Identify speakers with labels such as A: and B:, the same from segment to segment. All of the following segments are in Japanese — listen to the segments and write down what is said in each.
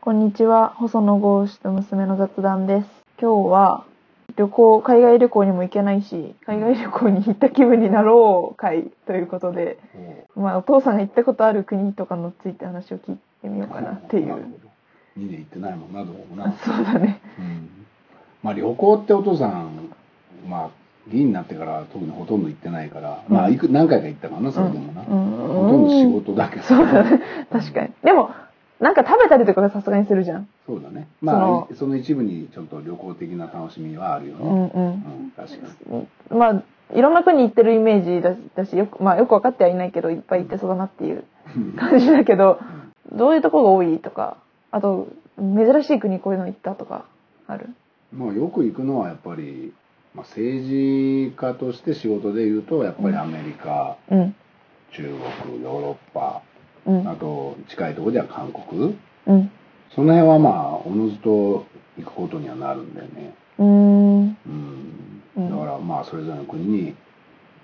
A: こんにちは、細野豪志と娘の雑談です。今日は旅行、海外旅行にも行けないし、海外旅行に行った気分になろう会ということで、
B: お
A: まあお父さんが行ったことある国とかのついて話を聞いてみようかなってい
B: なる
A: う。
B: ほど。家で行ってないもんな、どこも
A: あ
B: な。
A: そうだね。
B: うん。まあ旅行ってお父さん、まあ、議員になってから特にほとんど行ってないから、
A: うん
B: まあ、いく何回か行ったかな、それでもな。
A: う
B: ほ
A: ん。
B: とんど仕事だけど。
A: そうだね。確かに。でも、なんか食べたりとかがさすがにするじゃん。
B: そうだね。ま
A: そ
B: あ、その一部にちょっと旅行的な楽しみはあるよ
A: うん
B: ね。
A: うん。
B: うん、確かに。
A: まあ、いろんな国行ってるイメージだしだし、よく、まあよくわかってはいないけど、いっぱい行ってそうだなっていう感じだけど、どういうとこが多いとか、あと、珍しい国こういうの行ったとか、ある
B: まあ、よく行くのはやっぱり、まあ、政治家として仕事で言うと、やっぱりアメリカ、
A: うん、
B: 中国、ヨーロッパ、
A: うん
B: あ、と、近いところでは韓国。
A: うん。
B: その辺はまあ、おのずと行くことにはなるんだよね。
A: うーん、
B: うん。
A: うん
B: だからまあ、それぞれの国に、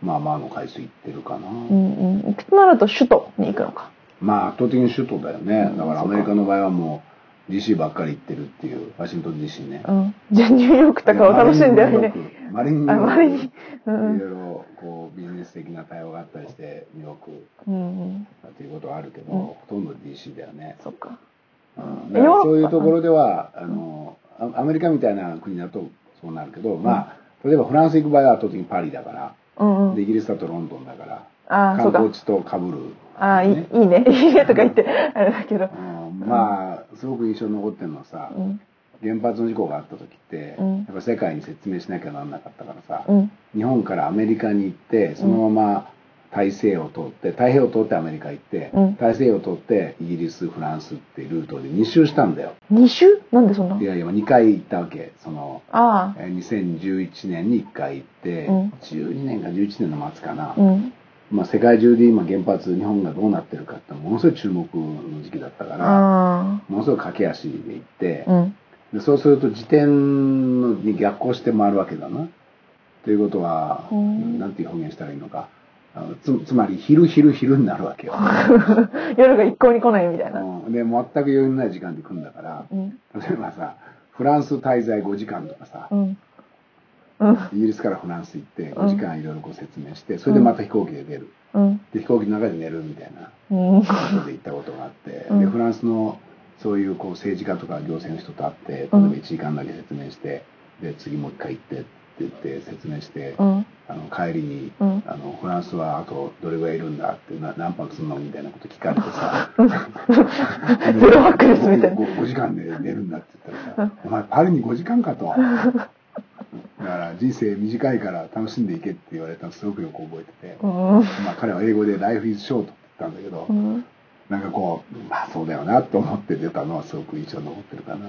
B: まあまあの回数行ってるかな。
A: うん、うん。となると首都に行くのか。
B: まあ、圧倒的に首都だよね
A: う。ん
B: だからアメリカの場合はもう、DC ばっかり行ってるっていう、ワシントン DC ね
A: う。ん。じゃあニューヨークとかを楽しんではいない。
B: マリンニュ
A: あ
B: ーヨーク。
A: ま
B: マリ
A: り
B: ンニューヨー
A: に
B: ク。。
A: う
B: い
A: ん
B: ろいろ、こう、ビジネス的な対応があったりして、ニューヨーク
A: うん。うん。
B: っていうことはあるけど、
A: うん
B: ほとんど DC だよね。
A: そっか。
B: うんだか
A: ヨーロッパ
B: らそういうところでは、あのあアメリカみたいな国だとそうなるけど、まあ、例えばフランス行く場合は圧倒的にパリだから、
A: うんう
B: でイ
A: ん。
B: ギリスだとロンドンだから、
A: ああ、そ
B: 観
A: うか
B: 光。地とかぶる、
A: ああ、いいい
B: ね
A: いね。 いいねとか言って、あれだけど。
B: うんまあ、すごく印象に残ってるのはさ、
A: うん。
B: 原発の事故があった時って、
A: うん
B: やっぱ世界に説明しなきゃなんなかったからさ、
A: うん。
B: 日本からアメリカに行って、そのまま大西洋を通って、太平洋を通ってアメリカ行って、
A: うん
B: 大西洋を通ってイギリス、フランスっていうルートで2周したんだよ。
A: 二週なんでそんない
B: やいや、2回行ったわけ。その
A: あ
B: えー2011年に1回行って、
A: うん
B: 12年か11年の末かな、
A: あ。うん。
B: まあ、世界中で今原発日本がどうなってるかってものすごい注目の時期だったから、
A: あ
B: ものすごい駆け足で行って
A: あ。、うん。
B: でそうすると時点のに逆行して回るわけだな。ということは、
A: うん
B: なんて表現したらいいのかあのつつまり昼昼昼になるわけよ、
A: 夜が一向に来ないみたいな。
B: うん、で全く余裕のない時間で来るんだから
A: うん。
B: 例えばさフランス滞在5時間とかさ、
A: うん。うん。
B: イギリスからフランス行って
A: うん
B: 5時間いろいろご説明して、それでまた飛行機で出る
A: うん。
B: で飛行機の中で寝るみたいな
A: うん。
B: ことで行ったことがあって、
A: うん
B: でフランスのそういうこう政治家とか行政の人と会って例えば
A: うん
B: 1時間だけ説明してで次もう一回行ってって言って説明して、
A: うん。
B: あの帰りに、
A: うん
B: あのフランスはあとどれぐらいいるんだってな何泊するのみたいなこと聞かれてさ
A: ゼロ泊ですみたいな
B: 5, 時間で寝るんだって言ったらさ「お前パリに5時間か」と。だから人生短いから楽しんでいけって言われたのすごくよく覚えてて、
A: うん。
B: まあ、彼は英語で「Life is short」って言ったんだけど、
A: うん。
B: なんかこうまあそうだよなと思って出たのはすごく印象に残ってるかな、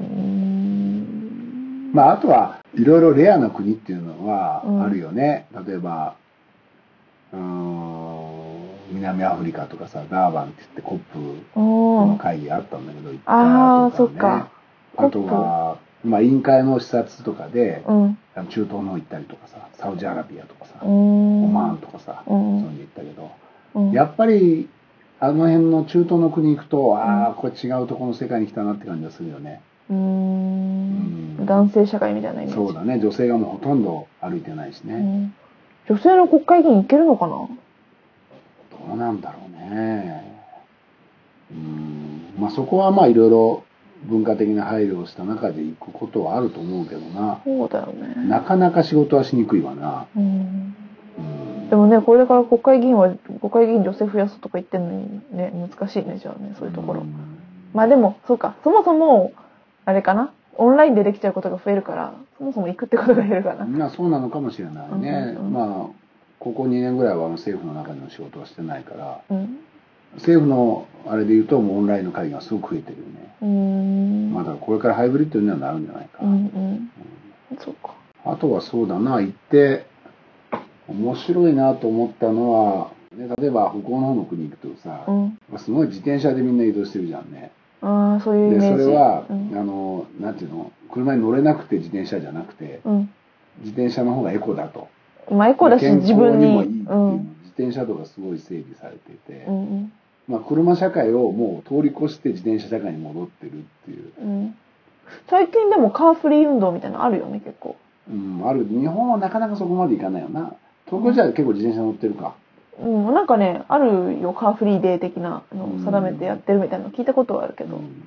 A: うん。
B: まあ、あとはいろいろレアな国っていうのは
A: うん
B: あるよね、例えばうーん南アフリカとかさダーバンって言ってコップ
A: お
B: の
A: ー
B: 会議あったんだけど行った
A: あー
B: と
A: そ
B: ね
A: っか
B: あとは、まあ、委員会の視察とかで、
A: うん。
B: あの中東の方行ったりとかさサウジアラビアとかさ、
A: うん。
B: オマーンとかさ、
A: うん
B: そういうの行ったけど、
A: うん。
B: やっぱりあの辺の中東の国行くとああこれ違うとこの世界に来たなって感じがするよね、
A: う
B: うん
A: ん。男性社会みたいなイメージ。
B: そうだね女性がもうほとんど歩いてないし
A: う
B: ね、
A: ん。女性の国会議員いけるのかな
B: どうなんだろうねうんまあそこはまあいろいろ文化的な配慮をした中で行くことはあると思うけどな
A: そうだよね。
B: なかなか仕事はしにくいわな、
A: うん。
B: うん
A: でもね、これから国会議員は、国会議員女性増やすとか言ってんのにね、難しいね、じゃあね、そういうところ。
B: ん
A: まあでも、そうか、そもそも、あれかな、オンラインでできちゃうことが増えるから、そもそも行くってことが減るかな。
B: まあそうなのかもしれないね、
A: うんうんうん
B: まあここ2年ぐらいは政府の中での仕事はしてないから
A: うん。
B: 政府のあれで言うともうオンラインの会議がすごく増えてるよね、
A: うーん。
B: まあ、だからこれからハイブリッドにはなるんじゃないか、
A: うんうん。そうか。
B: あとはそうだな行って面白いなと思ったのは、ね、例えば北欧の方の国行くとさ、
A: うん。
B: すごい自転車でみんな移動してるじゃんね
A: ああ、そういうイ
B: で
A: メー
B: そ
A: ジ。
B: れは、
A: うん。
B: あのなんていうの車に乗れなくて自転車じゃなくて
A: うん。
B: 自転車の方がエコだと
A: まあ、エコだし、
B: 健康
A: 自分
B: に
A: に。
B: もいいっていうう、
A: ん。
B: 自転車とかすごい整備されてて、
A: うんうん。
B: まあ、車社会をもう通り越して自転車社会に戻ってるっていう、
A: うん。最近でもカーフリー運動みたいなのあるよね、結構。
B: うん、ある日本はなかなかそこまでいかないよな東京じゃ結構自転車乗ってるか、
A: うん、なんかね、あるよ、カーフリーデー的なの
B: う
A: を
B: ん
A: 定めてやってるみたいなの聞いたことはあるけど、
B: うん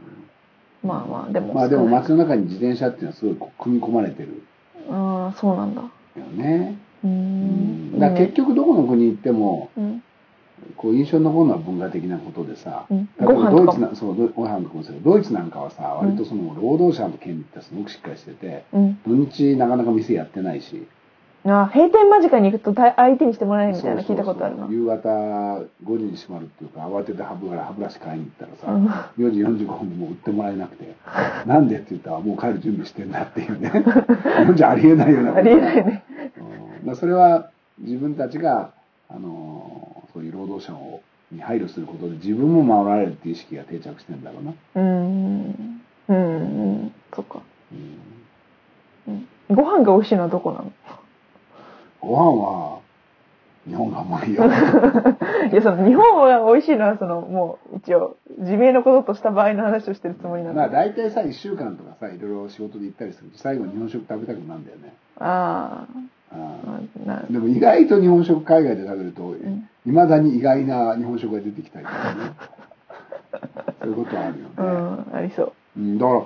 A: まあまあ、でも
B: まあでも
A: 少ない
B: 街の中に自転車っていうのはすごいこう組み込まれてる
A: ああ、そうなんだ。
B: よね、
A: うー。
B: うんん、だから結局どこの国行っても
A: うん。
B: こう印象に残るのは文化的なことでさ、
A: うん
B: 例えば
A: ご飯とかも
B: ドイツなそうドご飯とかもそうだけどドイツなんかはさ割とその労働者の権利ってすごくしっかりしてて
A: うん。
B: 土日なかなか店やってないし
A: ああ、閉店間近に行くと大相手にしてもらえないみたいな
B: そ
A: 聞
B: う
A: い
B: そ
A: た
B: うそう
A: ことあるな。う
B: 夕方5時に閉まるっていうか慌てて歯ブラ歯ブラシ買いに行ったらさ、
A: ん
B: 4時45分にもう売ってもらえなくて「なんで?」って言ったら「もう帰る準備してんだ」っていうね 日本じゃありえないようなこ
A: あ
B: と
A: りえないね。
B: うんまあそれは自分たちが、あのーそういう労働者をに配慮することで自分も守られるっていう意識が定着してんだろうな、
A: うーん。うん、うん。そっか。
B: うん
A: うん。ご飯が美味しいのはどこなの
B: ご飯は日本が甘いよ
A: いや、その、日本は美味しいのは、その、もう、一応、自明のこととした場合の話をしてるつもりなん
B: まあ
A: だ。
B: 大体さ1週間とかさいろいろ仕事で行ったりすると最後に日本食食べたくなるんだよね、
A: あ
B: うん
A: あ、まあ、な
B: でも意外と日本食海外で食べると
A: ん
B: いま、未だに意外な日本食が出てきたりとか ねそういうことはあるよね、
A: うん、ありそう。
B: うんだから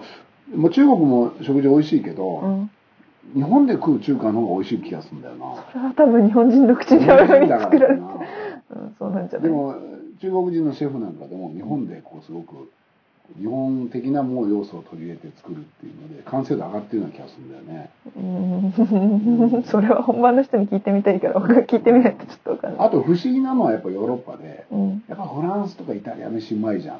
B: もう中国も食事美味しいけど、
A: うん。
B: 日本で食う中華の方が美味しい気がするんだよ な。
A: それは多分日本人の口に合うように
B: だ
A: 作
B: から
A: れ
B: ら
A: て。
B: な。
A: うん、そうなんじゃな
B: で
A: い
B: も中国人のシェフなんかでも日本でこうすごく日本的なもう要素を取り入れて作るっていうので完成度上がってるような気がするんだよね。
A: うん、 それは本番の人に聞いてみたいから、僕は聞いてみないとちょっとわかんない。
B: あと不思議なのはやっぱヨーロッパで
A: うん。
B: やっぱフランスとかイタリア飯うまいじゃん。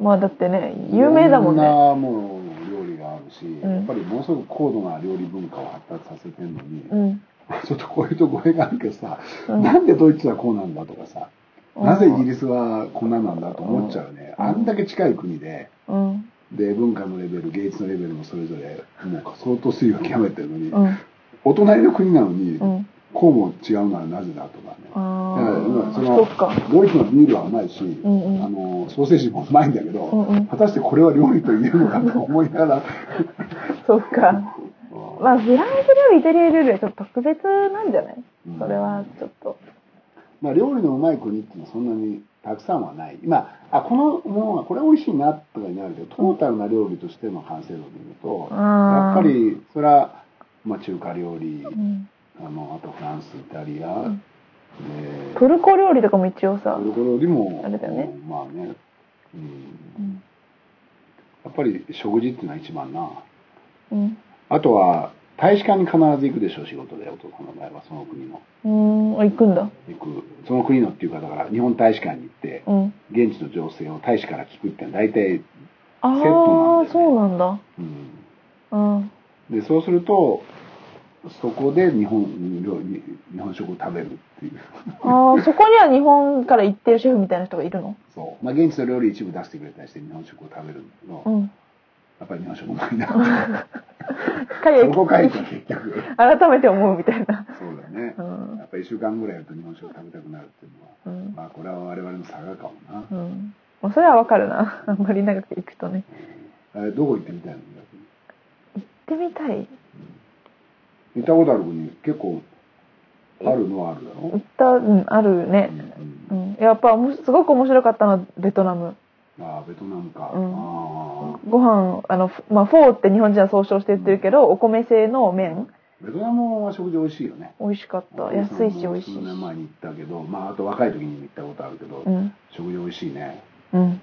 A: まあだってね、有名だもん
B: い
A: ね。
B: ろんなもう料理があるし、
A: ん
B: やっぱりものすごく高度な料理文化を発達させてるのに、
A: うん。
B: ちょっとこういうと語弊があるけどさ、
A: うん
B: なんでドイツはこうなんだとかさ、
A: うん
B: なぜイギリスはこんなんなんだと思っちゃうね。
A: うん
B: あんだけ近い国で、
A: うん。
B: で、文化のレベル、芸術のレベルもそれぞれ、もう相当水を極めてるのに、
A: うん。
B: お隣の国なのに、
A: うん。
B: こうも違うのはなぜだとかね。だ
A: あ
B: から
A: あ、
B: 今そ
A: そ
B: の
A: っか。
B: ドイツのビールはうまいし、
A: んうん
B: あのソーセージもうまいんだけど、
A: うんうん
B: 果たしてこれは料理と言えるのかと思いながら、
A: そっか。 まあ、フランス料理、イタリア料理はちょっと特別なんじゃない
B: うん
A: それはちょっと。
B: まあ、料理のうまい国っていうのはそんなにたくさんはない、今あこのものはこれ美味しいなとかになるけどトータルな料理としての完成度でいうと、や
A: あ
B: っ
A: ー
B: ぱりそれは、まあ、中華料理、
A: うん。
B: あのあとフランスイタリア、
A: ん
B: で
A: トルコ料理とかも一応さ
B: ト、ルコ料理も
A: あれだよね
B: まあね、うん
A: うん。
B: やっぱり食事っていうのは一番な
A: うん。
B: あとは大使館に必ず行くでしょう仕事でお父さんの場合はその国の
A: うーん、あ行くんだ。
B: 行くその国のっていうかだから日本大使館に行って、
A: うん。
B: 現地の情勢を大使から聞くってのは大体、
A: あ
B: セット
A: あ
B: なんだよね、
A: そうなんだ。
B: うん、
A: うん。
B: でそうするとそこで日本料理日本食を食べるっていう
A: ああ、そこには日本から行ってるシェフみたいな人がいるの
B: そう、まあ、現地の料理一部出してくれたりして日本食を食べるんだけど、
A: う
B: や
A: ん。
B: っぱり日本食うまいな
A: 海
B: って
A: 外
B: そ
A: 行
B: こ
A: き
B: 帰って結局
A: 改めて思うみたいな。
B: そうだね
A: うん
B: やっぱり1週間ぐらいやると日本食食べたくなるっていうのは、
A: うん
B: まあこれは我々の差がかもな
A: う、ん。まあ、それはわかるな。あんまり長く行くとね。
B: あれどこ行ってみたい
A: 行
B: の
A: ってみたい。
B: 行ったことある国結構あるのはあるだろ
A: 行った、うん、あるね。
B: うん
A: う、ん。やっぱ、おもしすごく面白かったのはベトナム。
B: ああベトナムか、
A: うん
B: ああ
A: ご飯、あの、ふまあ、フォーって日本人は総称して言ってるけど、お米製の麺、
B: ベトナムは食事美味しいよね
A: 美味しかった。安いし美味しいし
B: 数。年前に行ったけど、まあ、あと若い時にも行ったことあるけど、
A: うん。
B: 食事美味しいね
A: うん。
B: うん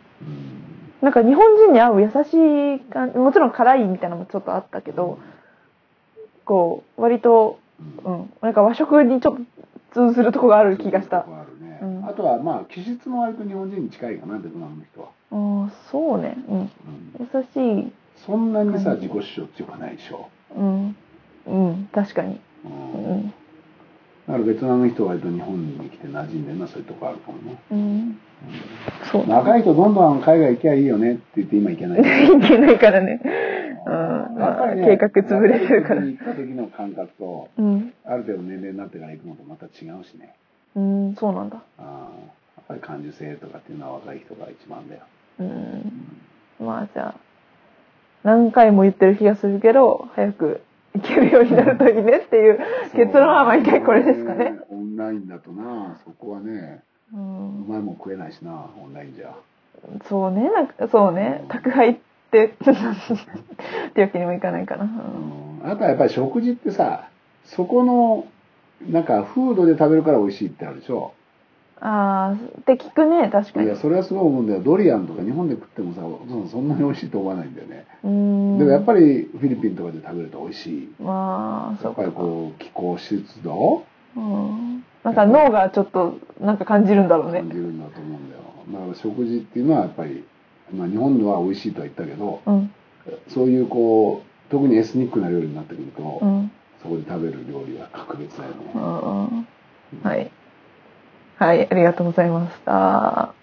A: なんか日本人に合う優しい感じ、もちろん辛いみたいなのもちょっとあったけど、こう、割と、
B: うん
A: うん、なんか和食にちょっと通ずるとこがある気がした
B: そう。いうとこあるね
A: うん
B: あとはまあ気質も割と日本人に近いかなベトナムの人は、
A: ああ、そうね。うん。
B: うん、
A: 優しい。
B: そんなにさ自己主張強くないでしょ、
A: うん。うん、確かに。
B: う、
A: うん
B: だ
A: ん。
B: からベトナムの人は割と日本に来て馴染んでるのはそういうとこあるかもね
A: うん。そうね。
B: 若い人どんどん海外行きゃいいよねって言って今行けな い
A: いけないからね。うん。
B: やっぱ
A: まあ、
B: りね
A: 計画潰れてるから
B: 若い。時に行った時の感覚と
A: うん。
B: ある程度年齢になってから行くのとまた違うしね
A: うん、そうなんだ。
B: ああぱり感受性とかっていうのは若い人が一番だよ。
A: うん。まあじゃあ、何回も言ってる気がするけど、早く行けるようになるといいねっていう。結論は毎回これですかね
B: そう。オンラインだとな、そこはね、
A: う、
B: うんまいもん食えないしな、オンラインじゃ。
A: そうね、なんかそうね、宅配って、っていうわけにもいかないかな。う
B: うんん。あとはやっぱり食事ってさ、そこの、なんか、フードで食べるから美味しいってあるでしょ。
A: ああ、って聞くね、確か
B: い
A: に。
B: や、それはすごい思うんだよ。ドリアンとか日本で食ってもさ、そそんなに美味しいと思わないんだよね。
A: うん。
B: でもやっぱりフィリピンとかで食べると美味しい。
A: まあ、
B: や
A: そ
B: っ
A: う
B: ぱ
A: か
B: り。こう、気候、湿度
A: うん。なんか脳がちょっと、なんか感じるんだろうね
B: 感。じるんだと思うんだよ。だから食事っていうのはやっぱり、まあ日本では美味しいとは言ったけど、
A: うん。
B: そういうこう、特にエスニックな料理になってくると、
A: うん。
B: そこで食べる料理は格別だよね。
A: うんはい。はい、ありがとうございました。